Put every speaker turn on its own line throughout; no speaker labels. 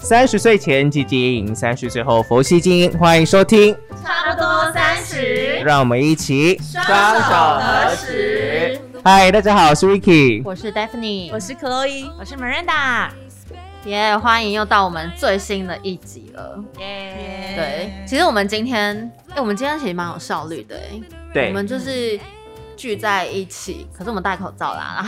三十岁前积极经营，三十岁后佛系经营。欢迎收听，
差不多三十，
让我们一起。
双
手合十。
嗨，大家好，我是 Vicky。
我是 Daphne，
我是 Chloe，
我是 Miranda，耶欢迎又到我们最新的一集了。
耶
对，其实我们今天，哎、我们今天其实蛮有效率的、哎，我
对，
们就是聚在一起，可是我们戴口罩啦，然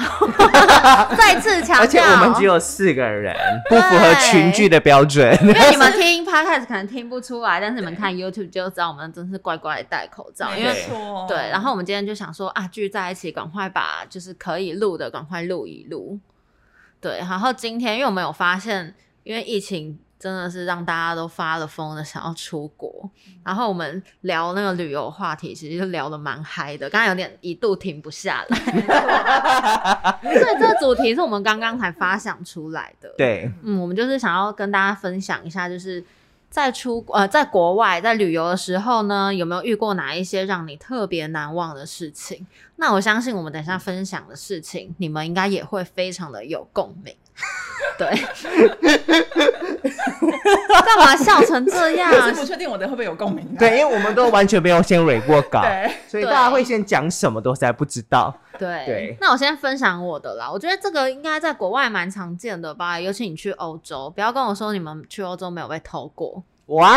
后再次强调，
而且我们只有四个人，不符合群聚的标准。
因为你们听 podcast 可能听不出来，但是你们看 YouTube 就知道我们真是乖乖地戴口罩，因为
没错，
对，然后我们今天就想说啊，聚在一起，赶快把就是可以录的，赶快录一录。对，然后今天因为我们有发现，因为疫情真的是让大家都发了疯的想要出国，然后我们聊那个旅游话题，其实就聊得蛮嗨的，刚刚有点一度停不下来。 所以这个主题是我们刚刚才发想出来的。，
对，
嗯，我们就是想要跟大家分享一下，就是在出呃在国外在旅游的时候呢，有没有遇过哪一些让你特别难忘的事情？那我相信我们等一下分享的事情，你们应该也会非常的有共鸣。 对，干嘛笑成这样？
我是不确定我的会不会有共鸣 啊。
对，因为我们都完全没有先蕊过稿，
对，
所以大家会先讲什么都实在不知道。
对，
对
那我先分享我的啦。我觉得这个应该在国外蛮常见的吧，尤其你去欧洲，不要跟我说你们去欧洲没有被偷过。
哇，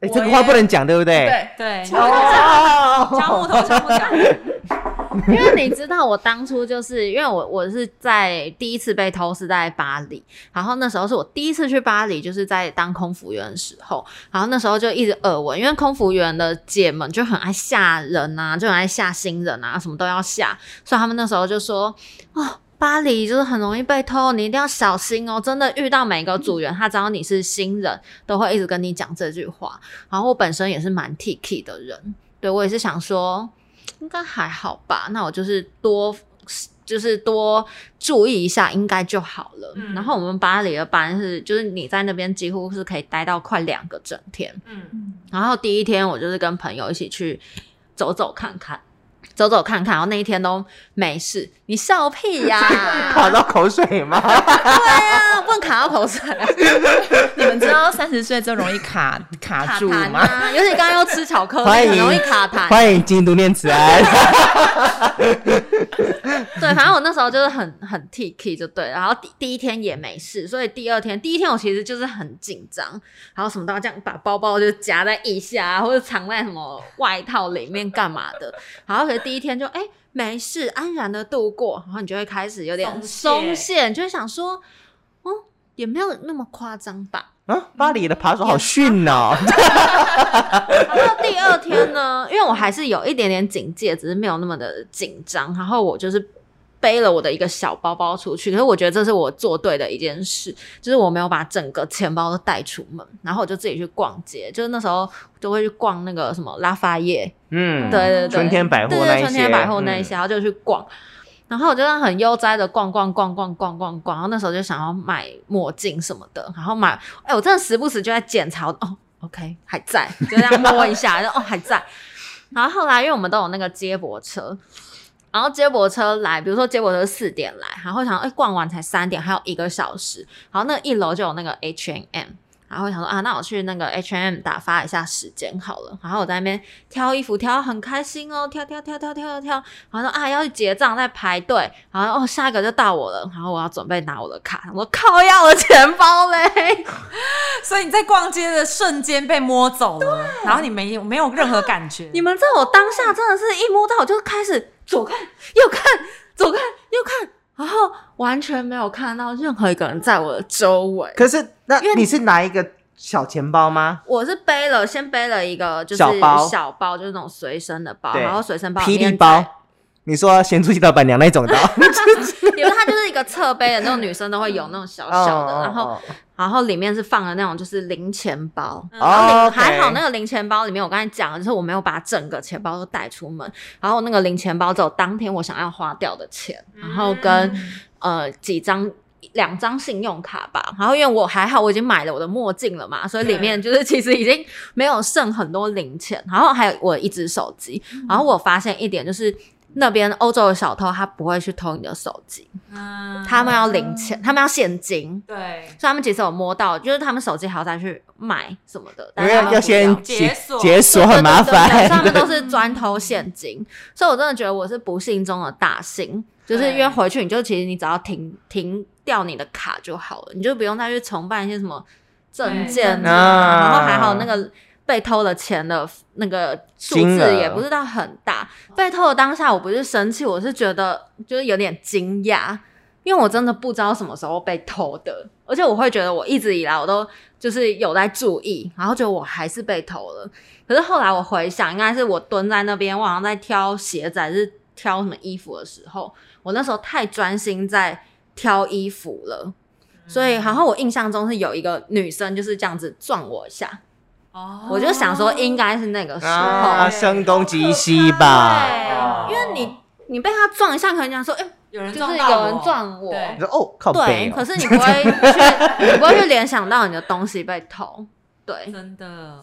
哎，这个话不能讲，对不对？
对，
对，
哦，
敲木头敲木脚，
因为你知道，我当初就是因为我我是在第一次被偷是在巴黎，然后那时候是我第一次去巴黎，就是在当空服员的时候，然后那时候就一直耳闻，因为空服员的姐们就很爱吓人啊，就很爱吓新人啊，什么都要吓，所以他们那时候就说，哦。巴黎就是很容易被偷，你一定要小心哦！真的遇到每个组员，他只要你是新人，都会一直跟你讲这句话。然后我本身也是蛮 T K 的人，对我也是想说，应该还好吧。那我就是多，就是多注意一下，应该就好了。
嗯
然后我们巴黎的班是，就是你在那边几乎是可以待到快两个整天。
嗯，
嗯
然后第一天我就是跟朋友一起去走走看看。走走看看，然后那一天都没事，你笑屁呀、
考到口水吗？
对啊，不能卡到口水、啊，
你们知道三十岁就容易卡卡
卡
住
痰
吗？
啊！尤其刚刚又吃巧克
欢
力，
迎
很容易卡 痰。
欢迎京都念慈安。
对，反正我那时候就是很很 T K 就对了，然后第第一天也没事，所以第二天第一天我其实就是很紧张，然后什么都要这样把包包就夹在腋下啊，或者藏在什么外套里面干嘛的，然后可是第一天就哎、没事，安然的度过，然后你就会开始有点松
松懈
懈，你就会想说，哦，也没有那么夸张吧，
啊，巴黎的扒手好逊哦！
然后第二天呢，因为我还是有一点点警戒，只是没有那么的紧张。然后我就是背了我的一个小包包出去，可是我觉得这是我做对的一件事，就是我没有把整个钱包都带出门，然后我就自己去逛街，就是那时候就会去逛那个什么拉法叶，
嗯，
对对对，
春天百货
对
那一
对
些，
春天百货那一些，
嗯
然后就去逛。然后我就很悠哉的逛逛逛逛逛逛逛，然后那时候就想要买墨镜什么的，然后买，哎，我真的时不时就在检查，哦，OK，还在，就这样摸一下，就哦还在。然后后来因为我们都有那个接驳车，然后接驳车来，比如说接驳车四点来，然后想哎逛完才三点，还有一个小时，然后那一楼就有那个 H and M。然后我想说啊，那我去那个 H M 打发一下时间好了。然后我在那边挑衣服，挑得很开心哦，挑挑挑挑挑挑挑。然后说啊，要去结账，在排队。然后哦，下一个就到我了。然后我要准备拿我的卡，我说靠，要我的钱 包嘞。
所以你在逛街的瞬间被摸走了，然后你没有没有任何感觉，
你们知道我当下真的是一摸到我就开始左看右看左看右看，然后完全没有看到任何一个人在我的周围。
可是那
因为
你是拿一个小钱包吗？
我是背了，先背了一个就是
小包
小包就是那种随身的包，
对
然后随身包里
霹雳
面
包。你说咸猪鸡老板娘那种的哦，
因为它 就是一个侧背的那种女生都会有那种小小的，然后
哦
然后里面是放了那种就是零钱包。
嗯
然后
哦，
零还好那
个
个零钱包里面，我刚才讲的就是我没有把整个钱包都带出门，然后那个零钱包只有当天我想要花掉的钱，
嗯
然后跟呃几张两张信用卡吧。然后因为我还好，我已经买了我的墨镜了嘛，所以里面就是其实已经没有剩很多零钱。然后还有我一只手机，然后我发现一点就是。那边欧洲的小偷他不会去偷你的手机，
嗯
他们要零钱，他们要现金。
对
所以他们其实有摸到，就是他们手机还要再去买什么的，
因
但
为
是他们
要
不要
先
解
解
锁
解锁
对
很麻
对对对对所以他
烦。
们都是专偷现金， 所以我真的觉得我是不幸中的大幸，就是因为回去你就其实你只要停停掉你的卡就好了，你就不用再去重办一些什么证件
对
啊，
啊
然后还好那个。被偷的钱的那个数
金额
字也不是到很大。被偷的当下，我不是生气，我是觉得就是有点惊讶，因为我真的不知道什么时候被偷的，而且我会觉得我一直以来我都就是有在注意，然后觉得我还是被偷了。可是后来我回想，应该是我蹲在那边，我好像在挑鞋子还是挑什么衣服的时候，我那时候太专心在挑衣服了，所以然后我印象中是有一个女生就是这样子撞我一下，
哦
我就想说应该是那个时候，
啊，
对
声东击西吧。
对
因为你你被她撞一下，可能讲说，哎、
有人
就是
撞到
有人
我
撞我，
对
你说哦，靠
对
背，哦
可是你不 会去，你不会去联想到你的东西被偷，对，
真的
嗯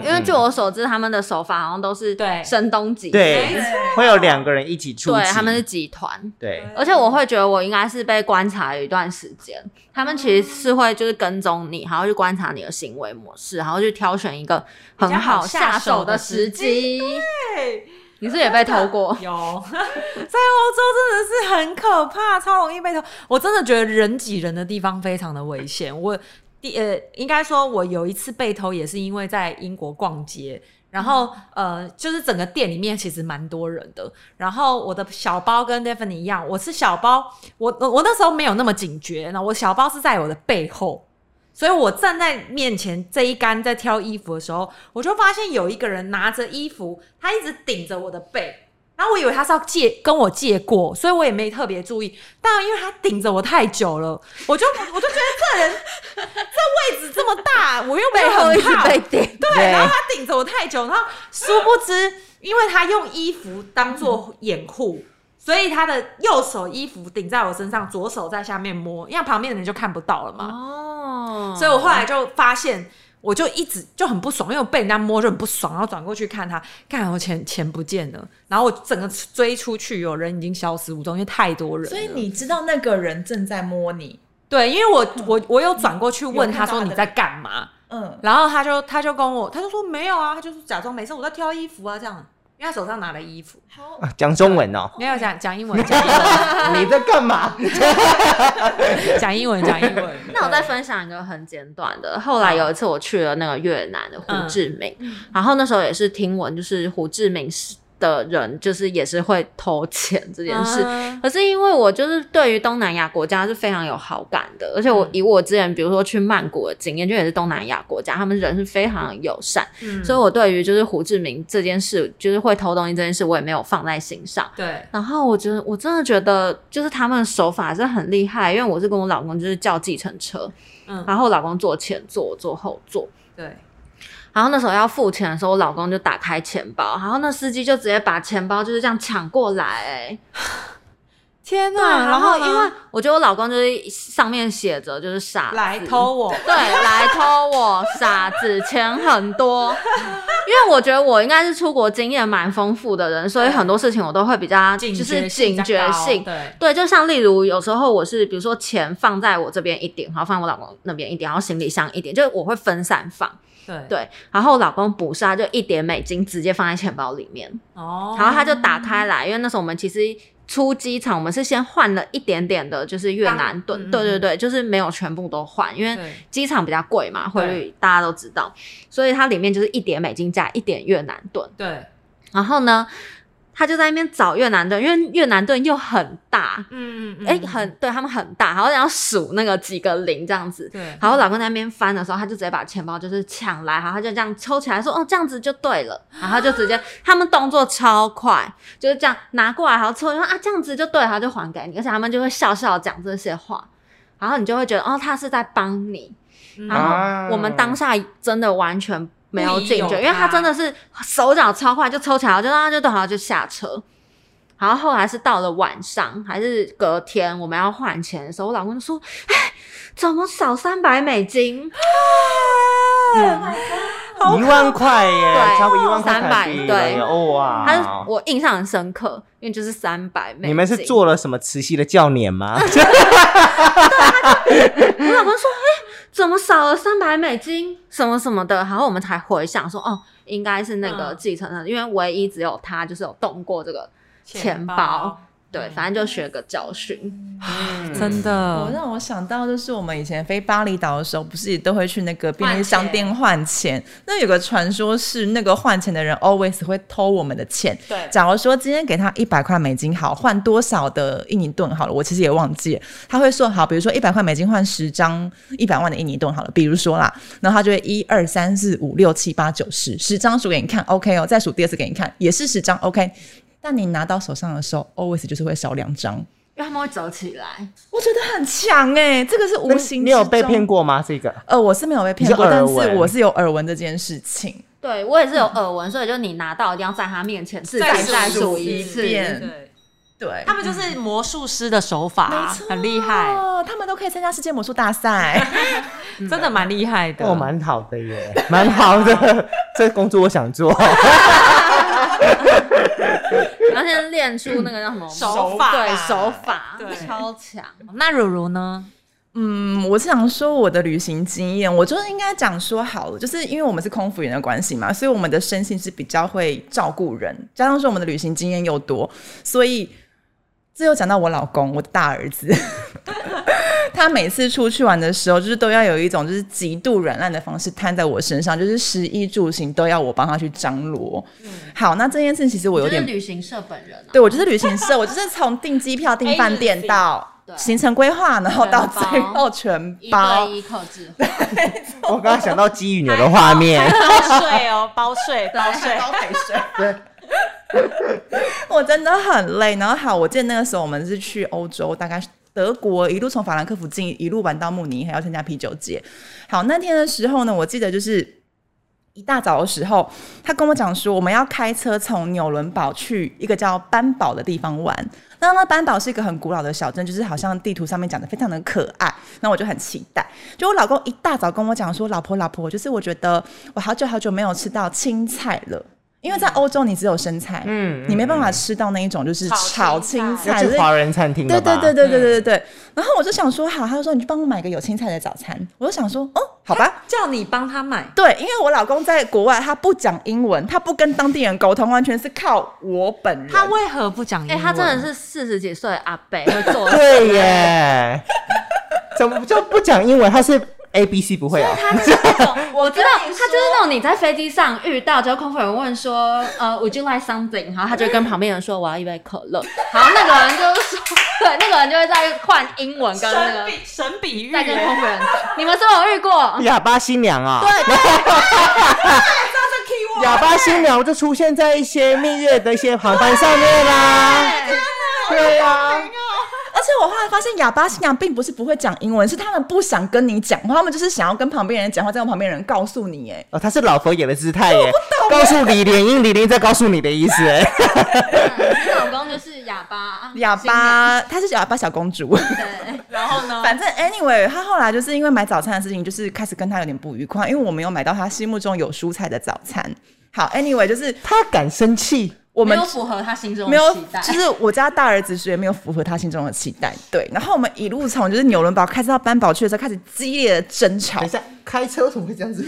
嗯，
因为
嗯
据我所知，他们的手法好像都是
对
声东击西，
对
没错
会有两个人一起出
对，
击
他们是集团。
对
而且我会觉得我应该是被观察了一段时间，他们其实是会就是跟踪你，然后去观察你的行为模式，然后去挑选一个很
比较好
下
下
手
手
的
的
时
时
机。
对
你是不是也被偷过？
有， 在欧洲真的是很可怕，超容易被偷。我真的觉得人挤人的地方非常的危险。我第呃，应该说，我有一次被偷也是因为在英国逛街。然后，呃，就是整个店里面其实蛮多人的。然后我的小包跟 d e f f a n y 一样，我是小包，我我我那时候没有那么警觉，那我小包是在我的背后，所以我站在面前这一杆在挑衣服的时候，我就发现有一个人拿着衣服，他一直顶着我的背，然后我以为他是要借跟我借过，所以我也没特别注意。但因为他顶着我太久了，我就我就觉得这人 这位置这么大，我又 没有
后一
很
直
怕，
被点，
对，然后他顶着我太久，然后殊不知，因为他用衣服当做掩护，所以他的右手衣服顶在我身上，左手在下面摸，因为旁边的人就看不到了嘛。
哦
所以我后来就发现，我就一直就很不爽，因为我被人家摸就很不爽，然后转过去看他，看我钱钱不见了，然后我整个追出去，有人已经消失无踪，因为太多人了。
所以你知道那个人正在摸你，
对，因为我我我有转过去问
嗯
他
有看到
说
他的
你在干嘛，
嗯，
然后他就他就跟我他就说没有啊，他就是假装没事，我在挑衣服啊这样，因为他手上拿了衣服，
好，
啊讲中文 哦。
没有讲讲英文，讲英文，
你在干嘛？
讲英文，讲英文。
那我再分享一个很简短的。后来有一次我去了那个越南的胡志明，
嗯
然后那时候也是听闻，就是胡志明市的人就是也是会偷钱这件事。
嗯
可是因为我就是对于东南亚国家是非常有好感的，而且我
嗯
以我之前比如说去曼谷的经验，就也是东南亚国家，他们人是非常友善，
嗯
所以我对于就是胡志明这件事，就是会偷东西这件事，我也没有放在心上。
对，
然后我觉得我真的觉得，就是他们的手法是很厉害，因为我是跟我老公就是叫计程车，
嗯，
然后我老公坐前座，我坐后座。
对，
然后那时候要付钱的时候，我老公就打开钱包，然后那司机就直接把钱包就是这样抢过来、欸。
天
对，啊
哪！
然后因为
呢
我觉得我老公就是上面写着就是傻子
来偷我，
对，来偷我傻子，钱很多。因为我觉得我应该是出国经验蛮丰富的人，所以很多事情我都会比较就是警觉性。
对，
对，就像例如有时候我是比如说钱放在我这边一点，然后放我老公那边一点，然后行李箱一点，就是我会分散放。
对
对，然后我老公不是，啊他就一点美金直接放在钱包里面，
哦
然后他就打开来，因为那时候我们其实。出机场，我们是先换了一点点的，就是越南盾，
嗯嗯
对对
嗯
对，就是没有全部都换，因为
对
机场比较贵嘛，汇率大家都知道，所以它里面就是一点美金加一点越南盾。
对，
然后呢，他就在那边找越南盾，因为越南盾又很大，
嗯
哎、很对他们很大，然后要数那个几个零这样子。
对，
然后我老公在那边翻的时候，他就直接把钱包就是抢来，然后他就这样抽起来说：“哦，这样子就对了。”然后就直接他们动作超快，就是这样拿过来，然后抽，然后啊这样子就对了，然后就还给你，而且他们就会笑笑讲这些话，然后你就会觉得哦，他是在帮你。
嗯
然
啊
后我们当下真的完全没有警
不疑
觉，
有
因为他
他
真的是手脚超快，就抽起来，就啊让他就等下就下车。然后后来是到了晚上，还是隔天我们要换钱的时候，我老公就说：“哎，怎么少三百美金？”
好 好
一万块耶，
对
差不多一万块台币
300对
了哦哇！
他是我印象很深刻，因为就是三百美金。
你们是做了什么慈禧的教撵吗？
我老公说：“哎、怎么少了三百美金？什么什么的。”然后我们才回想说：“哦，应该是那个
嗯
继承人，因为唯一只有他就是有动过这个钱包。嗯对，反正就学个教训。
嗯
正真
我
嗯
的，
让我想到，就是我们以前飞巴厘岛的时候，不是都会去那个便利商店换钱？那有个传说是，那个换钱的人 always 会偷我们的钱。
对
假如说今天给他一百块美金，好换多少的印尼盾好了，我其实也忘记了。他会说好，比如说一百块美金换十张一百万的印尼盾好了，比如说啦，然后他就会一二三四五六七八九十，十张数给你看，OK 哦，再数第二次给你看，也是十张，OK。但你拿到手上的时候，always 就是会少两张。
因为他们会走起来，
我觉得很强哎、这个是无
那
形
你有被
之中
骗？过吗？这个
呃，我是没有被骗过，
你是
但
耳
是
闻
我是有耳闻这件事情。
对我也是有耳闻，所以就你拿到一定要在他面前自
再
再再
数
数
一
一次。
遍
对，
对，
他们就是魔术师的手法，
没错
很厉害，
哦，他们都可以参加世界魔术大赛。
真的蛮厉害的。
哦，蛮好的耶，蛮好的， 这工作我想 做。
然后先练出那个叫什么
手法
对手法，
对
超强。
哦那如如呢？
嗯，我是想说我的旅行经验，我就是应该讲说好了，就是因为我们是空服员的关系嘛，所以我们的生性是比较会照顾人，加上说我们的旅行经验又多，所以这又讲到我老公，我的大儿子。 他每次出去玩的时候，就是都要有一种就是极度软烂的方式摊在我身上，就是食衣住行都要我帮他去张罗。好，那这件事其实我有
就是
点
旅行社本人啊，
对我就是旅行社，我就是从订机票、订饭店
A
到
哎对
行程规划，然后到
全包
最后全
一
包
对。一克制化。
我刚刚想到鸡与牛的画面，
包税哦，包税，包税。
海水，对。 我真的很累，然后好，我记得那个时候我们是去欧洲，大概是德国，一路从法兰克福进，一路玩到慕尼黑，还要参加啤酒节。好，那天的时候呢，我记得就是一大早的时候，他跟我讲说，我们要开车从纽伦堡去一个叫班堡的地方玩。那那班堡是一个很古老的小镇，就是好像地图上面讲的非常的可爱。那我就很期待。就我老公一大早跟我讲说，老婆老婆，就是我觉得我好久好久没有吃到青菜了。因为在欧洲，你只有生菜，嗯
嗯，
你没办法吃到那一种就是炒
炒青
青
菜
要
菜，
去华人餐厅
对
了吧？
对对对对对对对。然后我就想说，好，他就说你去帮我买个有青菜的早餐。我就想说，哦，好吧，
叫你帮他买，
对，因为我老公在国外，他不讲英文，他不跟当地人沟通，完全是靠我本人。
他为何不讲英
哎、
文？
他真的是四十几岁的阿伯会做的
对耶，怎么就不讲英文？他是 A B C 不会啊？
他就是那种，我知道，他就是那种你在飞机上遇到，只要空服人问说，呃，Would you like something？然后他就跟旁边人说，我要一杯可乐。然后那个人就说，对，那个人就会在换英文跟那
神
个
比神比喻
在跟空服人，你们是不是有遇过？
哑巴新娘啊？对， 哑巴新娘就出现在一些蜜月的一些航班上面啦。 对啊，
而且我后来发现，哑巴新娘并不是不会讲英文，是他们不想跟你讲话，他们就是想要跟旁边人讲话，再用旁边人告诉你，哎，
哦，他是老佛爷的姿态耶，告诉李莲英，李莲英在告诉你的意思哎。
你老公就是哑巴，
哑巴，她是哑巴小公主。
对，
然后呢？
反正 anyway，她后来就是因为买早餐的事情，就是开始跟她有点不愉快，因为我没有买到她心目中有蔬菜的早餐。好，anyway，就是
他敢生气，
我们
没有符合他心中
没有
的期，待
就。是我家大儿子也没有符合他心中的期待。对，然后我们一路从就是纽伦堡开车到班堡去的时候，开始激烈的争吵
等一。下开车怎么会这样子？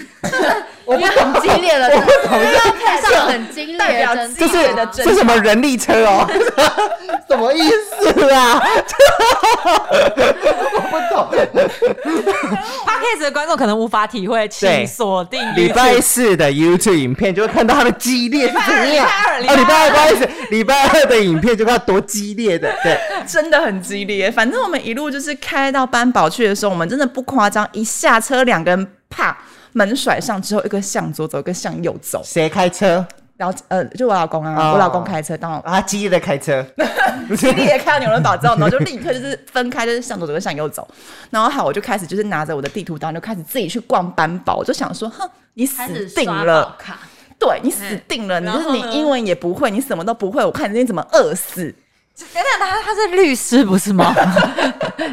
我们很激烈的，我们配上很激烈
代表
的争
这
激
吵，
是
烈的
这是什么人力车哦？ 什么意思啊？ 我不懂。
Podcast 的观众可能无法体会，请
对
锁定
礼
YouTube
拜四的 YouTube 影片就会看到他的激烈是怎样。
二礼
哦，礼拜二，不好意思，礼拜二的影片就看到多激烈的，对，
真的很激烈。反正我们一路就是开到班堡去的时候，我们真的不夸张，一下车两个人啪门甩上之后，一个向左走，一个向右走。
谁开车？
然后呃，就我老公啊，
哦
我老公开车到。
啊，激烈的开车，
激烈开到纽伦堡之后，然后就立刻就是分开，就是向左走跟向右走。然后好，我就开始就是拿着我的地图当，就开始自己去逛班堡。我就想说，哼，你死
开始
定
刷
了
宝，卡，
对你死定了，你就是你英文也不会，你什么都不会，我看你怎么饿死。
等等，他他是律师不是吗？律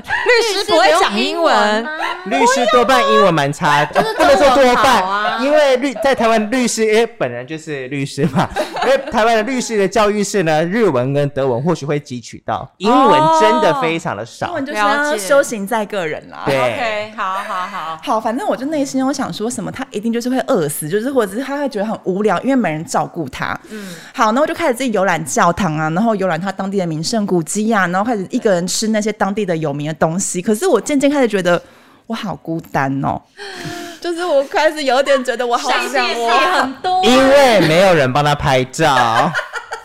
师不会讲英文，
啊
律师多半英文蛮差的，
就是
不能说
中
多
文好啊
半，因为律在台湾律师，因为本人就是律师嘛，因为台湾的律师的教育是呢，日文跟德文或许会汲取到，英文真的非常的
英
少
文。就是
了
要
解
修行在个人啦。
对
OK，好好好，
好，反正我就内心我想说什么，他一定就是会饿死，就是或者是他会觉得很无聊，因为没人照顾他。嗯，好，那我就开始自己游览教堂啊，然后游览他当地的名胜古迹啊，然后开始一个人吃那些当地的有名的东西。可是我渐渐开始觉得我好孤单哦， 就是我开始有点觉得我好想
细
我。
很多
因为没有人帮他拍照，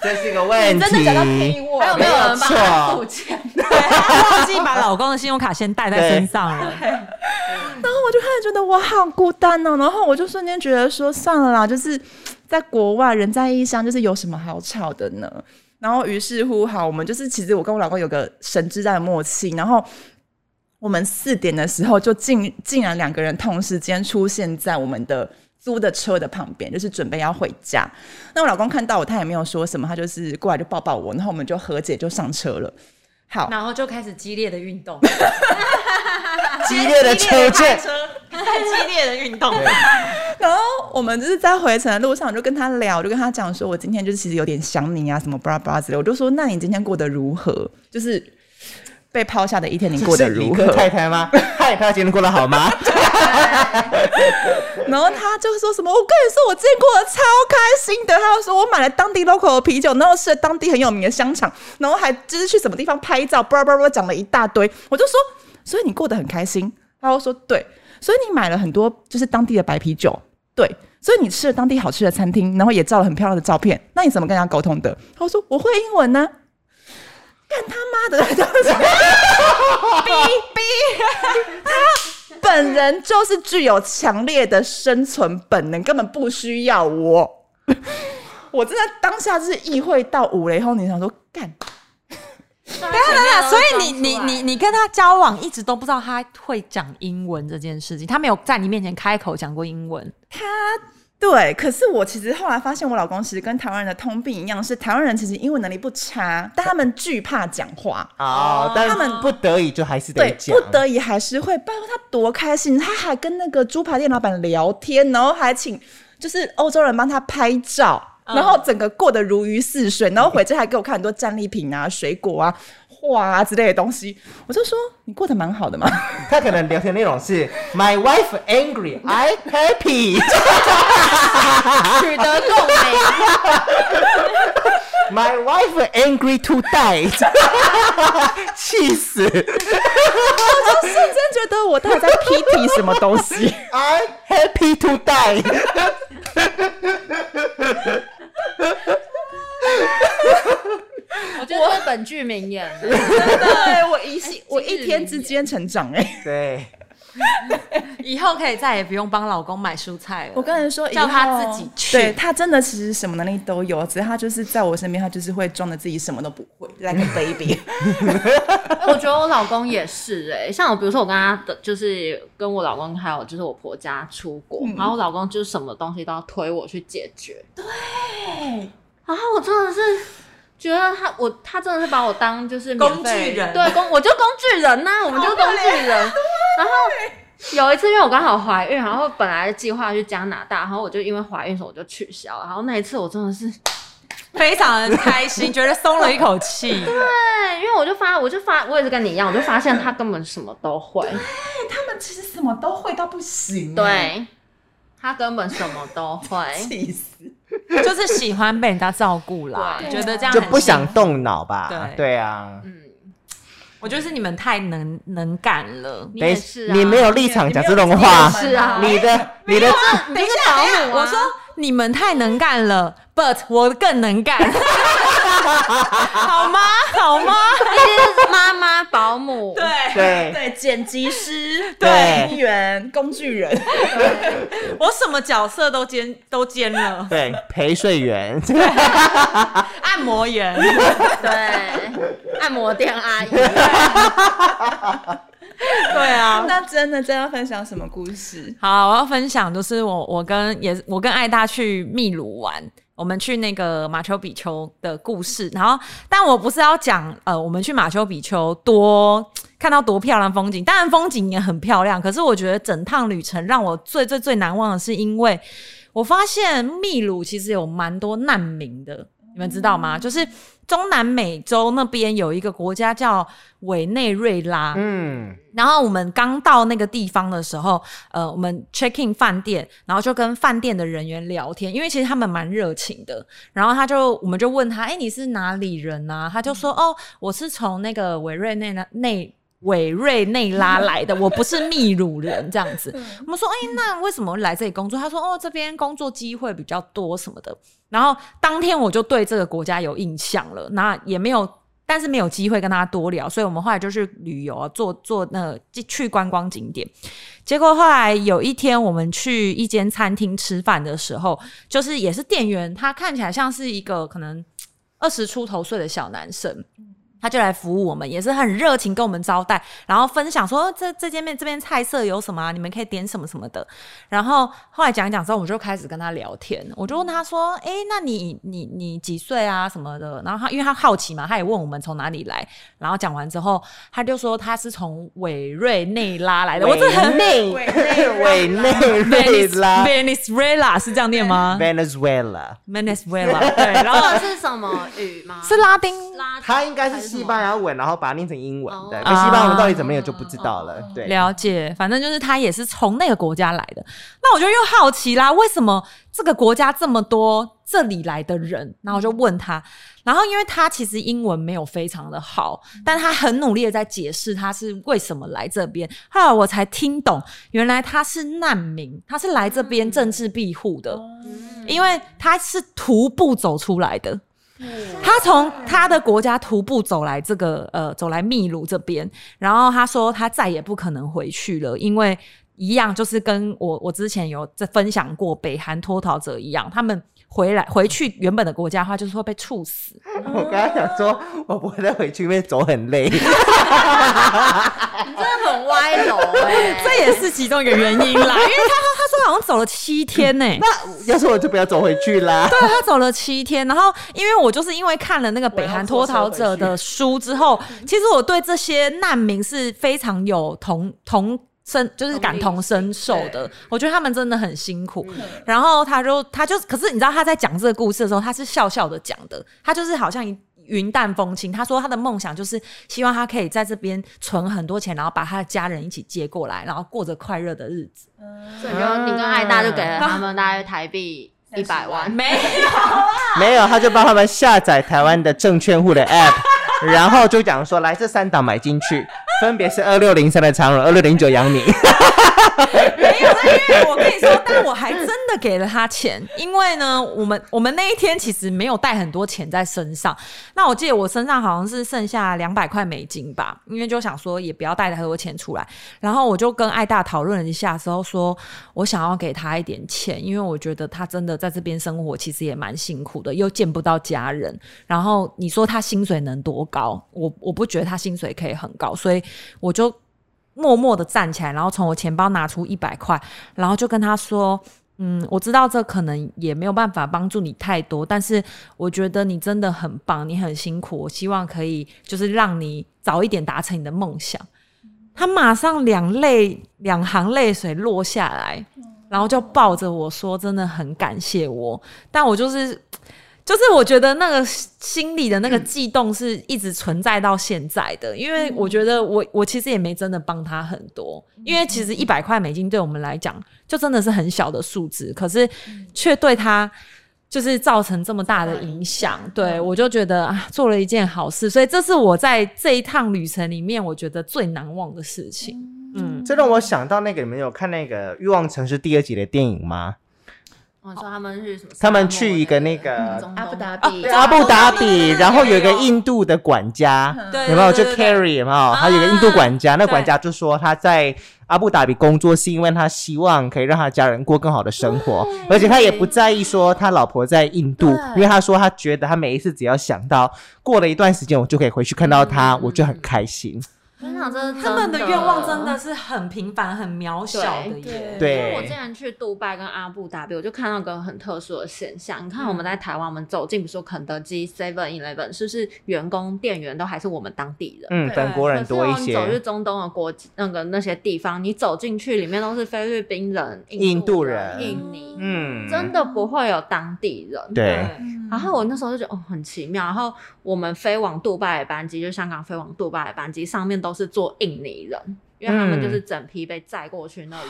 这是一个问题。
我
还有没有人帮他付
错
钱？
忘记把老公的信用卡先带在身上了。
然后我就开始觉得我好孤单哦，然后我就瞬间觉得说算了啦，就是在国外人在异乡，就是有什么好吵的呢？然后于是乎，好，我们就是其实我跟我老公有个神之战的默契，然后我们四点的时候就竟竟然两个人同时间出现在我们的租的车的旁边，就是准备要回家。那我老公看到我，他也没有说什么，他就是过来就抱抱我，然后我们就和解就上车了。好，
然后就开始激烈的运动，
激烈的车震，
激烈的运动，
然后我们就是在回程的路上，我就跟他聊，我就跟他讲说，我今天就是其实有点想你啊，什么巴拉巴拉之类。我就说，那你今天过得如何？就是被抛下的一天，你过得
是理
如
科
何？
太太 吗？嗨，她今天过得好吗？
然后他就说什么，我跟你说，我今天过得超开心的。他就说我买了当地 local 的啤酒，然后吃了当地很有名的香肠，然后还就是去什么地方拍照，巴拉巴拉讲了一大堆。我就说，所以你过得很开心。他就说，对，所以你买了很多就是当地的白啤酒，对，所以你吃了当地好吃的餐厅，然后也照了很漂亮的照片。那你怎么跟人家沟通的？他说我会英文呢、干他妈的！ 就是本人就是具有强烈的生存本能，根本不需要我。我真的当下就是意会到五雷后，你想说干，
等
等一下，啊所以你你你你跟他交往一直都不知道他会讲英文这件事情，他没有在你面前开口讲过英文。
对，可是我其实后来发现，我老公其实跟台湾人的通病一样，是台湾人其实英文能力不差，但他们惧怕讲话。
哦，但
他们
不得已就还是得
对，
讲
不。得已还是会。拜托他多开心，他还跟那个猪扒店老板聊天，然后还请就是欧洲人帮他拍照，然后整个过得如鱼似水，然后回家还给我看很多战利品啊、水果啊、画啊之类的东西。我就说你过得蛮好的嘛。
他可能聊天内容是 My wife angry, I happy.
取得共鸣，
My wife angry to die. 气死
瞬间觉得我到底在 PT 什么东 西？
！I happy to die.
我觉得这是本剧名言。
对我一我一天之间成长哎、
对，
以后可以再也不用帮老公买蔬菜了。
我跟人说以后，
叫他自己去
对他真的其实什么能力都有，只是他就是在我身边，他就是会装的自己什么都不会，like a baby。
哎我觉得我老公也是哎、像我，比如说我跟他的，就是跟我老公还有就是我婆家出国，
嗯
然后我老公就是什么东西都要推我去解决。对，然后我真的是觉得他，我他真的是把我当就是免费
工具人
对工，我就工具人呐、我们就工具
啊
人。然后有一次，因为我刚好怀孕，然后本来计划去加拿大，然后我就因为怀孕，所以我就取消了。然后那一次我真的是。
非常的开心，觉得松了一口气。
哎 对，因为我就发，我就发，我也是跟你一样，我就发现他根本什么都会，
他们其实什么都会到不行，，啊
对，他根本什么都会，
气死。
就是喜欢被人家照顾啦，
对
觉得这样
就
很
不
幸
想
福。
动脑吧？
对
对啊，
嗯，
我觉得是你们太能能干了。
你
等一
也
下
是啊，
你没有立场讲这种
你
话，
也是啊，
你的你的
你就是保姆啊，
我说你们太能干了，but 我更能干， 好吗？好吗？
你是妈妈保姆，
对，
对
对，剪辑师，
对
演员，工具人，
我什么角色都兼都兼了，
对陪睡员，
按摩 员。
对，按摩店阿姨，
对啊，
那真的真要分享什么故事？
好，我要分享就是我我跟也是我跟艾大去秘鲁玩，我们去那个马丘比丘的故事。然后，但我不是要讲呃，我们去马丘比丘多看到多漂亮风景，当然风景也很漂亮，可是我觉得整趟旅程让我最最最难忘的是，因为我发现秘鲁其实有蛮多难民的，你们知道吗？就是中南美洲那边有一个国家叫委内瑞拉，
嗯，
然后我们刚到那个地方的时候，呃，我们 check in 饭店，然后就跟饭店的人员聊天，因为其实他们蛮热情的。然后他就，我们就问他，哎，你是哪里人啊？他就说，哦，我是从那个委瑞内拉内委瑞内拉来的，我不是秘鲁人这样子。我们说，哎，那为什么来这里工作？他说，哦，这边工作机会比较多什么的。然后当天我就对这个国家有印象了，那也没有。但是没有机会跟他多聊，所以我们后来就去旅游啊，做做那个去观光景点。结果后来有一天，我们去一间餐厅吃饭的时候，就是也是店员，他看起来像是一个可能二十出头岁的小男生。他就来服务我们，也是很热情跟我们招待，然后分享说哦这这间面这边菜色有什么、啊，你们可以点什么什么的。然后后来讲一讲之后，我就开始跟他聊天，我就问他说：“诶，那你你你几岁啊什么的？”然后他因为他好奇嘛，他也问我们从哪里来。然后讲完之后，他就说他是从委瑞内拉来的。我这很
内委内瑞拉
Venezuela 是这样念吗
Venezuela，
？Venezuela 对，然后
这是什么语吗？
是拉丁
拉
它应该
还
是
是什么
西班牙文，然后把它念成英文
哦
的。可西班牙文到底怎么念就不知道了。对，
了解，反正就是他也是从那个国家来的。那我就又好奇啦，为什么这个国家这么多这里来的人？然后我就问他，然后因为他其实英文没有非常的好，但他很努力的在解释他是为什么来这边。后来我才听懂，原来他是难民，他是来这边政治庇护的，
嗯
因为他是徒步走出来的。他从他的国家徒步走来这个呃，走来秘鲁这边，然后他说他再也不可能回去了，因为一样就是跟我我之前有在分享过北韩脱逃者一样，他们回来回去原本的国家的话，就是会被处死。
我刚刚想说，我不会再回去，因为走很 累。
真的很歪楼哎，
欸
这也是其中一个原因啦，因为他他说好像走了七天呢、
那要是我就不要走回去啦。
对他走了七天，然后因为我就是因为看了那个北韩脱逃者的书之后，其实我对这些难民是非常有同同。身就是感同身受的，我觉得他们真的很辛苦。
嗯
然后他就他就，可是你知道他在讲这个故事的时候，他是笑笑的讲的，他就是好像一云淡风轻。他说他的梦想就是希望他可以在这边存很多钱，然后把他的家人一起接过来，然后过着快乐的日子。
所以就你跟爱大就给了他们大概台币一百万，
没有，
没有，他就帮他们下载台湾的证券户的 app，然后就讲说，来这三档买进去，分别是二六零三的长荣，二六零九阳明。
没有，但因为我跟你说，但我还真的给了他钱，因为呢，我们我们那一天其实没有带很多钱在身上。那我记得我身上好像是剩下两百块美金吧，因为就想说也不要带太多钱出来。然后我就跟艾大讨论了一下之后，说我想要给他一点钱，因为我觉得他真的在这边生活其实也蛮辛苦的，又见不到家人。然后你说他薪水能多高？我我不觉得他薪水可以很高，所以我就默默的站起来，然后从我钱包拿出一百块，然后就跟他说：“嗯，我知道这可能也没有办法帮助你太多，但是我觉得你真的很棒，你很辛苦，我希望可以就是让你早一点达成你的梦想。”他马上两泪两行泪水落下来，然后就抱着我说：“真的很感谢我。”但我就是。就是我觉得那个心里的那个悸动是一直存在到现在的，因为我觉得我我其实也没真的帮他很多，因为其实一百块美金对我们来讲就真的是很小的数字，可是却对他就是造成这么大的影响。对我就觉得啊，做了一件好事，所以这是我在这一趟旅程里面我觉得最难忘的事情。嗯，
这让我想到那个，你们有看那个《欲望城市》第二集的电影吗？
我哦说他们去什么？
他们去一个那个
中东哦
阿布达比
啊
对阿布达
中东
比，然后有一个印度的管家，
对
有没有？就
对啊对对
Carrie 有没有？他有个印度管家，那管家就说他在阿布达比工作是因为他希望可以让他家人过更好的生活，而且他也不在意说他老婆在印度，因为他说他
嗯
觉得他每一次只要想到过了一段时间我就可以回去看到他，我就很开心。
我想这是
他们
的
的愿望真的是很平凡、很渺小的耶。
对
因为我之前去杜拜跟阿布达比，我就看到个很特殊的现象。你看我们
嗯
在台湾，我们走进比如说肯德基、Seven Eleven，是不是员工、店员都还是我们当地人？
嗯，
对
本国人
可是
多一
哦你走去
些，
中东的国那个那些地方，你走进去里面都是菲律宾人、
印度
人、
人
印尼，
嗯，
真的不会有当地人。
对，
然后我
嗯
那时候就觉得哦很奇妙，然后我们飞往杜拜的班机，就香港飞往杜拜的班机上面都是坐印尼人，因为他们就是整批被载过去那里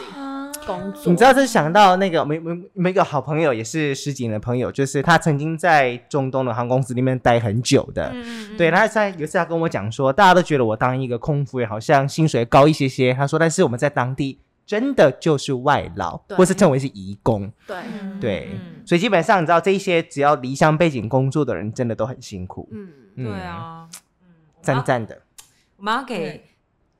工作。
嗯你知道，这想到那个，我们我们我们一个好朋友，也是十几年的朋友，就是他曾经在中东的航空公司里面待很久的。
嗯
对，他在有一次他跟我讲说，大家都觉得我当一个空服员好像薪水高一些些。他说，但是我们在当地真的就是外劳，
对
或是称为是移工。
对，
对，
嗯
所以基本上你知道，这一些只要离乡背景工作的人，真的都很辛苦。
嗯，
嗯
对，啊，嗯我们
赞
要
赞的，
我们要给
对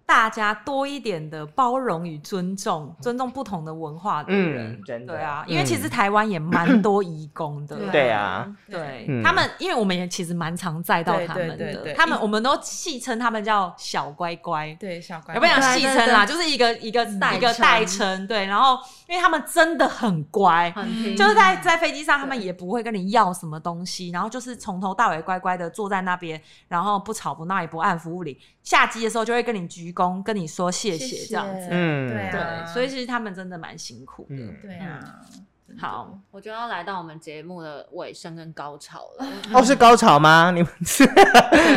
大家多一点的包容与尊重，尊重不同的文化的人
嗯，真的
对啊，因为
嗯
其实台湾也蛮多移工
嗯
的，
对啊，
对
嗯
他们，因为我们也其实蛮常载到他
对
们
对对
的，
对
他们我们都戏称他们叫小乖乖。
对小乖
也不
乖，
想
对
戏
对
称啦，
对
就是一个一个
代
一个
称
代称，对。然后，因为他们真的很乖，
很拼
就是在在飞机上，他们也不会跟你要什么东西，然后就是从头到尾乖乖的坐在那边，然后不吵不闹，也不按服务铃。下机的时候就会跟你鞠躬，跟你说谢
谢
这样子。
嗯
对啊
对，所以其实他们真的蛮辛苦的。
嗯
对啊，真的
好，
我就要来到我们节目的尾声跟高潮 了。
哦，是高潮吗？你们是，
嗯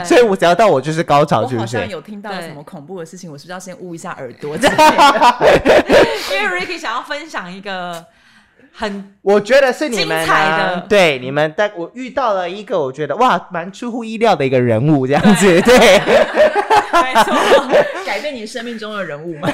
对
所以我只要到我就是高潮，
我
是不
好
是
像？有听到了什么恐怖的事情，我是不是要先捂一下耳朵？
因为 Ricky 想要分享一个很
我觉得是你们、啊、
精彩的
对你们，但我遇到了一个我觉得哇，蛮出乎意料的一个人物，这样子，对，
没 错，
改变你生命中的人物吗？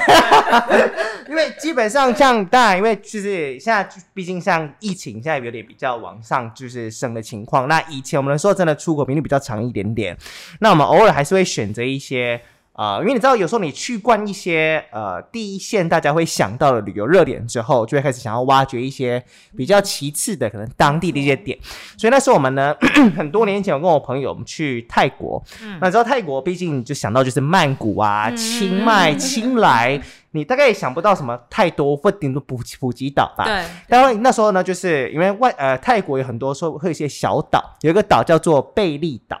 因为基本上像当然，因为就是现在，毕竟像疫情现在有点比较往上就是升的情况，那以前我们的时候真的出国频率比较长一点点，那我们偶尔还是会选择一些。呃，因为你知道，有时候你去惯一些呃第一线大家会想到的旅游热点之后，就会开始想要挖掘一些比较其次的可能当地的一些点。所以那时候我们呢， 很多年前我跟我朋友我们去泰国，那你知道泰国毕竟就想到就是曼谷啊、清迈、清莱，你大概也想不到什么太多，或顶多普普吉岛吧。
对，
当然那时候呢，就是因为外呃泰国有很多说会有一些小岛，有一个岛叫做贝利岛。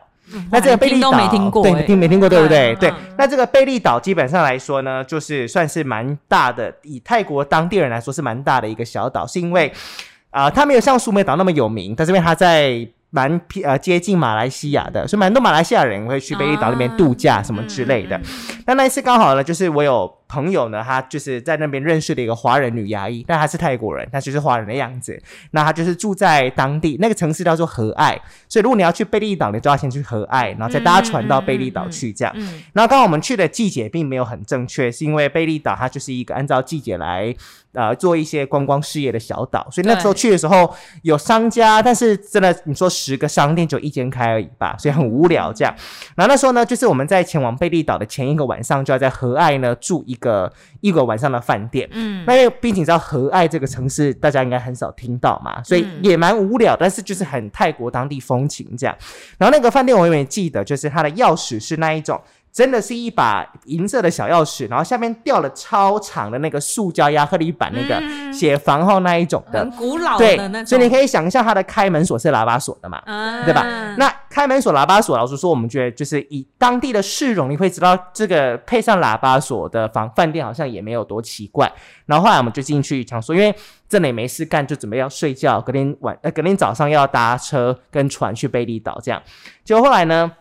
那这个贝利
嗯听
岛
都没听过
对，
欸
你听没听过对不对？
嗯
对
嗯，
那这个贝利岛基本上来说呢，就是算是蛮大的，以泰国当地人来说是蛮大的一个小岛，是因为啊、呃它没有像苏梅岛那么有名，但是因为它在蛮偏呃接近马来西亚的，所以蛮多马来西亚人会去贝利岛那边度假什么之类
啊嗯
的。 那那一次刚好呢，就是我有朋友呢，他就是在那边认识了一个华人女牙医，但她是泰国人，她就是华人的样子。那她就是住在当地那个城市叫做和爱，所以如果你要去贝利岛，你就要先去和爱，然后再搭船到贝利岛去这样。
嗯，
然后刚好我们去的季节并没有很正确，是因为贝利岛它就是一个按照季节来呃做一些观光事业的小岛，所以那时候去的时候有商家，但是真的你说十个商店就一间开而已吧，所以很无聊这样。然后那时候呢，就是我们在前往贝利岛的前一个晚上，就要在和爱呢住一个一个晚上的饭店。嗯，那因为毕竟你知道和爱这个城市，大家应该很少听到
嗯
嘛，所以也蛮无聊，但是就是很泰国当地风情这样。然后那个饭店我永远记得，就是它的钥匙是那一种。真的是一把银色的小钥匙，然后下面吊了超长的那个塑胶亚克力板，那个写房号那一种的，
嗯很古老
对
的那，种，
所以你可以想象它的开门锁是喇叭锁的嘛，
嗯，
对吧？那开门锁、喇叭锁，老实说，我们觉得就是以当地的市容，你会知道这个配上喇叭锁的房饭店好像也没有多奇怪。然后后来我们就进去想说，因为真的也没事干，就准备要睡觉，隔天晚呃隔天早上要搭车跟船去贝利岛这样。结果后来呢？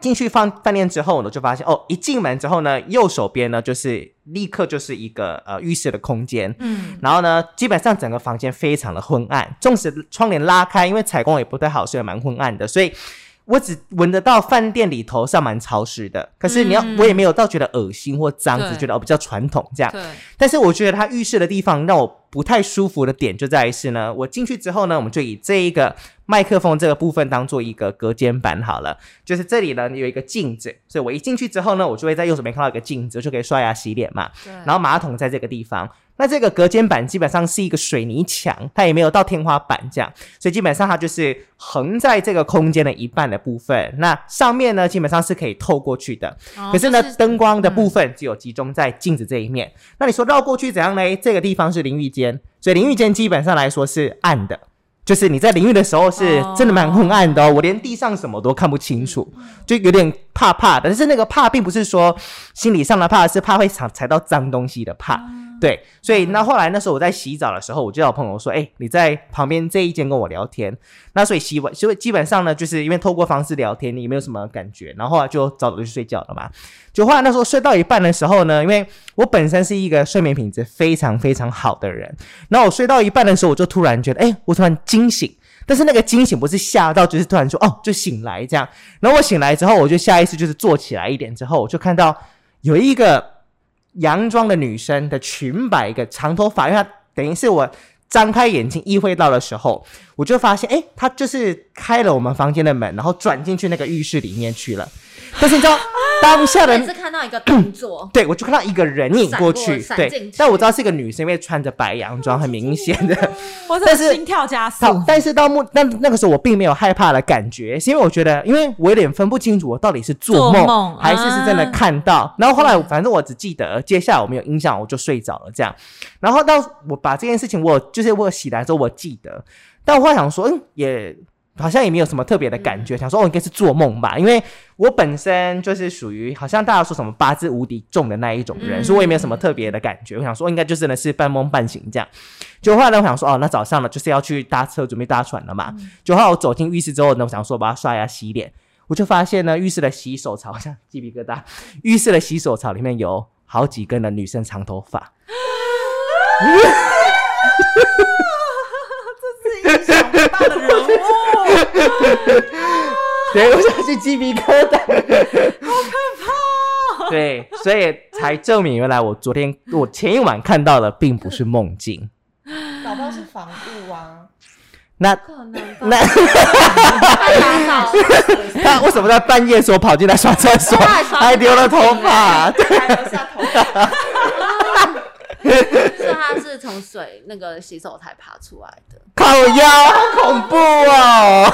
进去饭饭店之后呢，就发现哦，一进门之后呢，右手边呢就是立刻就是一个呃浴室的空间，
嗯，
然后呢，基本上整个房间非常的昏暗，纵使窗帘拉开，因为采光也不太好，所以蛮昏暗的，所以。我只闻得到饭店里头上蛮潮湿的，可是你要、我也没有到觉得恶心或脏，
嗯对
只觉得哦比较传统这样。
对，
但是我觉得它浴室的地方让我不太舒服的点就在于是呢，我进去之后呢，我们就以这一个麦克风这个部分当做一个隔间板好了。就是这里呢有一个镜子，所以我一进去之后呢，我就会在右手边看到一个镜子，我就可以刷牙洗脸嘛。
对
然后马桶在这个地方，那这个隔间板基本上是一个水泥墙，它也没有到天花板这样，所以基本上它就是横在这个空间的一半的部分。那上面呢，基本上是可以透过去的。
哦
可是呢
就，嗯
灯光的部分只有集中在镜子这一面。那你说绕过去怎样呢？这个地方是淋浴间，所以淋浴间基本上来说是暗的，就是你在淋浴的时候是
哦嗯
真的蛮昏暗的哦，我连地上什么都看不清楚，就有点怕怕的。但是那个怕并不是说心理上的怕，是怕会踩踩到脏东西的怕。
哦
对，所
嗯
以那后来那时候我在洗澡的时候，我就叫我朋友说：“哎、你在旁边这一间跟我聊天。”那所以洗碗，所以基本上呢，就是因为透过方式聊天，你没有什么感觉，然后后来就早早就去睡觉了嘛。就后来那时候睡到一半的时候呢，因为我本身是一个睡眠品质非常非常好的人，然后我睡到一半的时候，我就突然觉得，哎、我突然惊醒。但是那个惊醒不是吓到，就是突然说哦，就醒来这样。然后我醒来之后，我就下意识就是坐起来一点之后，我就看到有一个洋装的女生的裙摆，一个长头发，因为她等于是我张开眼睛意会到的时候，我就发现，哎、她就是开了我们房间的门，然后转进去那个浴室里面去了。但是你知道， 当下
我
的，
也是看到一个动作
对，我就看到一个人影过去，
闪过闪
对
进去，
但我知道是一个女生，因为穿着白洋装，很明显 的。
我真
但
的
是
心跳加速，
好，但是到目那那个时候我并没有害怕的感觉，是因为我觉得，因为我有点分不清楚我到底是做
做
梦
梦
还是是真
啊
的看到。然后后来反正我只记得接下来我没有印象，我就睡着了这样。然后到我把这件事情我就是我醒来之后我记得，但我后来想说，嗯，也。好像也没有什么特别的感觉，想说哦，应该是做梦吧，因为我本身就是属于好像大家说什么八字无敌重的那一种人，
嗯
所以我也没有什么特别的感觉。我想说，应该就真的是半梦半醒这样。就后来呢，我想说，哦，那早上了就是要去搭车，准备搭船了嘛。就后来我走进浴室之后呢，我想说把它刷牙洗脸，我就发现呢，浴室的洗手槽，好像鸡皮疙瘩，浴室的洗手槽里面有好几根的女生长头发。
意想不到的人物，
对，我想是鸡皮疙瘩，好可怕、对，所以才证明原来我昨天我前一晚看到的并不是梦境。
搞不好是房务啊。
那
可能吧
那
快打扫，
他为什么在半夜时候跑进来刷厕 所，
他还刷
还留了头发？
还留下头发，
所以他是从水那个洗手台爬出来的。
靠腰，好恐怖哦！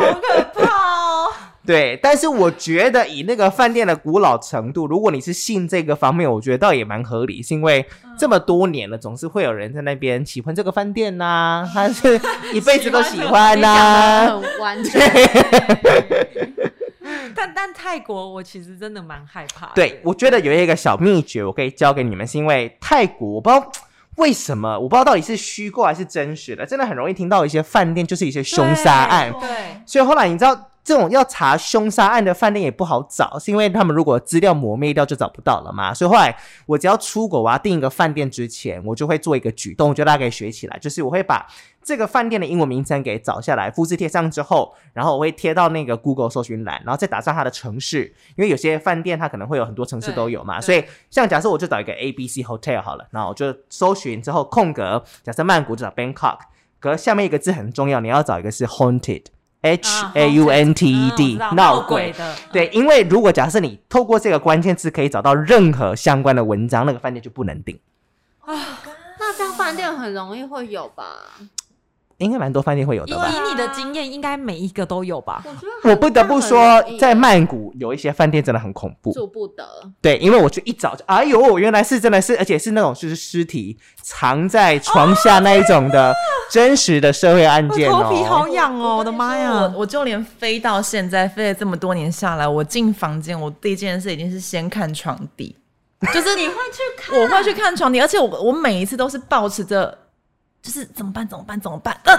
好可怕哦！
对，但是我觉得以那个饭店的古老程度，如果你是信这个方面，我觉得倒也蛮合理，是因为
嗯
这么多年了，总是会有人在那边喜欢这个饭店呐、 他是一辈子都喜欢
你
呐、
讲的很完整，
但但泰国我其实真的蛮害怕的。
对，我觉得有一个小秘诀，我可以教给你们，是因为泰国，我不知道为什么，我不知道到底是虚构还是真实的，真的很容易听到一些饭店就是一些凶杀案，
对，
所以后来你知道，这种要查凶杀案的饭店也不好找，是因为他们如果资料磨灭掉就找不到了嘛。所以后来我只要出国，我要订一个饭店之前，我就会做一个举动，我觉得大家可以学起来，就是我会把这个饭店的英文名称给找下来，复制贴上之后，然后我会贴到那个 Google 搜寻栏，然后再打上它的城市，因为有些饭店它可能会有很多城市都有嘛，
对
所以像假设我就找一个 A B C Hotel 好了，然后我就搜寻之后空格，假设曼谷就找 Bangkok，可是下面一个字很重要，你要找一个是 Haunted。H A U N T E D
嗯我知道
闹
闹
鬼
鬼。的，
啊
对，因为如果假设你透过这个关键字可以找到任何相关的文章，那个饭店就不能订。
那这样饭店很容易会有吧？
应该蛮多饭店会有
以
的吧？
以你的经验，应该每一个都有吧？
我觉得很
我不得不说，在
那很
曼
容
谷有一些饭店真的很恐
易
怖。
住不得，
对，因为我去一早就，哎呦，原来是真的是，而且是那种就是尸体藏在床下那一种
啊
的真实的社会案
我
件
头皮
哦。
好痒哦，我的妈
我
呀！
我就连飞到现在，飞了这么多年下来，我进房间，我第一件事已经是先看床底，
就是你会去看，
我会去看床底，而且我我每一次都是保持着，就是怎么办怎么办怎么办，呃，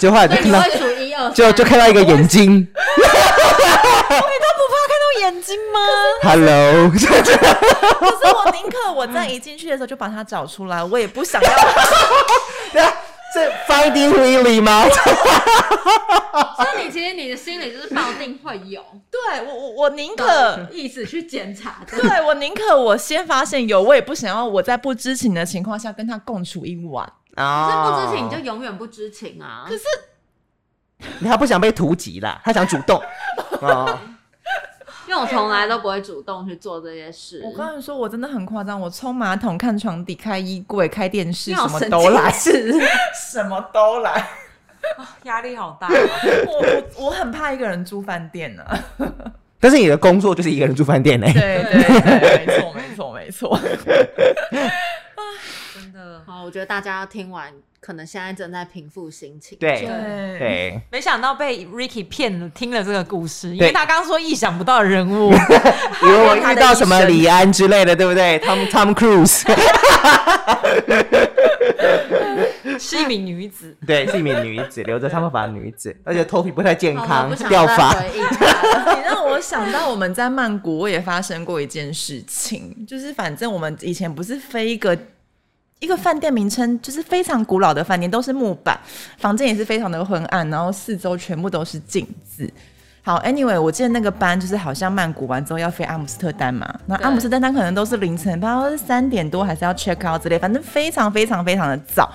就后来就
所以
看
你
到，
会数一二，
就就看到一个眼睛
不怕看到眼睛吗？
，Hello，
可是我宁可我在一进去的时候就把它找出来，我也不想要。
是 Finding Willy 吗？
所以你其实你的心里就是抱定会有
对我我我宁 可。
意识去检查的。
对我宁可我先发现有，我也不想要我在不知情的情况下跟他共处一晚。
可是
啊
不知情你就永远不知情啊！
可是
他不想被突击啦，他想主 动。哦，
因为我从来都不会主动去做这些事。
我跟你说，我真的很夸张，我冲马桶、看床底、开衣柜、开电视，
你
什
好
么
神
都 来，
经质啊
什么都来。
压力好大。哦
我我我很怕一个人住饭店呢、
但是你的工作就是一个人住饭店呢、欸
对对对，没错没错没错。
真的，
好，我觉得大家要听完，可能现在正在平复心情。
对
对
对，
没想到被 Ricky 骗了，听了这个故事，因为
对
他刚说意想不到的 人物，
以为我遇到什么李安之类的，对不对？Tom Tom Cruise，
是一名女子。
对，是一名女子，留着长发的女子，而且头皮不太健
好了，
康
哦不，想
掉
再
发。
回忆它。
你让我想到我们在曼谷，我也发生过一件事情，就是反正我们以前不是飞一个一个饭店名称，就是非常古老的饭店，都是木板，房间也是非常的昏暗，然后四周全部都是镜子。好，anyway，我记得那个班就是好像曼谷完之后要飞阿姆斯特丹嘛，那
对
阿姆斯特丹可能都是凌晨，不知道是三点多还是要 check out 之类，反正非常非常非常的早。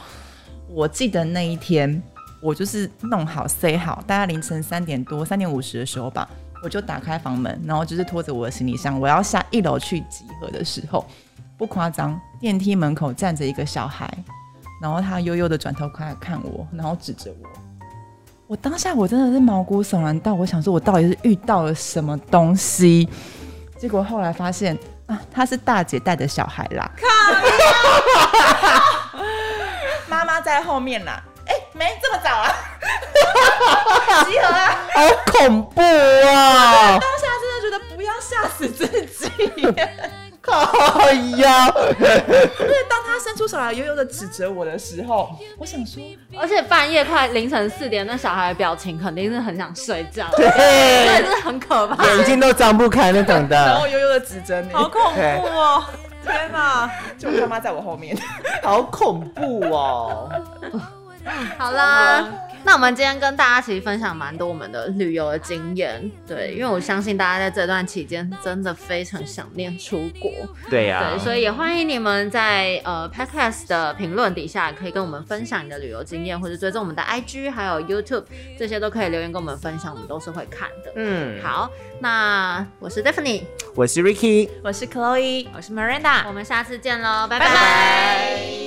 我记得那一天，我就是弄好 say 好，大概凌晨三点多、三点五十的时候吧，我就打开房门，然后就是拖着我的行李箱，我要下一楼去集合的时候，不夸张，电梯门口站着一个小孩，然后他悠悠的转头过来看我，然后指着我。我当下我真的是毛骨悚然到，我想说我到底是遇到了什么东西？结果后来发现啊，他是大姐带的小孩啦，妈妈在后面啦。哎、没这么早啊， 集合啊！
好哎恐怖啊！
当下真的觉得不要吓死自己。
靠呀！
对，当他伸出手来悠悠的指着我的时候，我想说，
而且半夜快凌晨四点，那小孩的表情肯定是很想睡觉，
对
真的是很可怕。
眼睛都张不开那种
然后
的，
悠悠的指着你，
好恐 怖哦！天哪，
就他妈在我后面。
好恐怖哦！
好啦，那我们今天跟大家其实分享蛮多我们的旅游的经验，对，因为我相信大家在这段期间真的非常想念出国，
对呀、
对，所以也欢迎你们在呃 Podcast 的评论底下可以跟我们分享你的旅游经验，或者追踪我们的 IG 还有 YouTube，这些都可以留言跟我们分享，我们都是会看的。
嗯，
好，那我是 Stephanie，
我是 Ricky，
我是 Chloe。
我是 Miranda，
啊我们下次见喽，拜
拜
拜
拜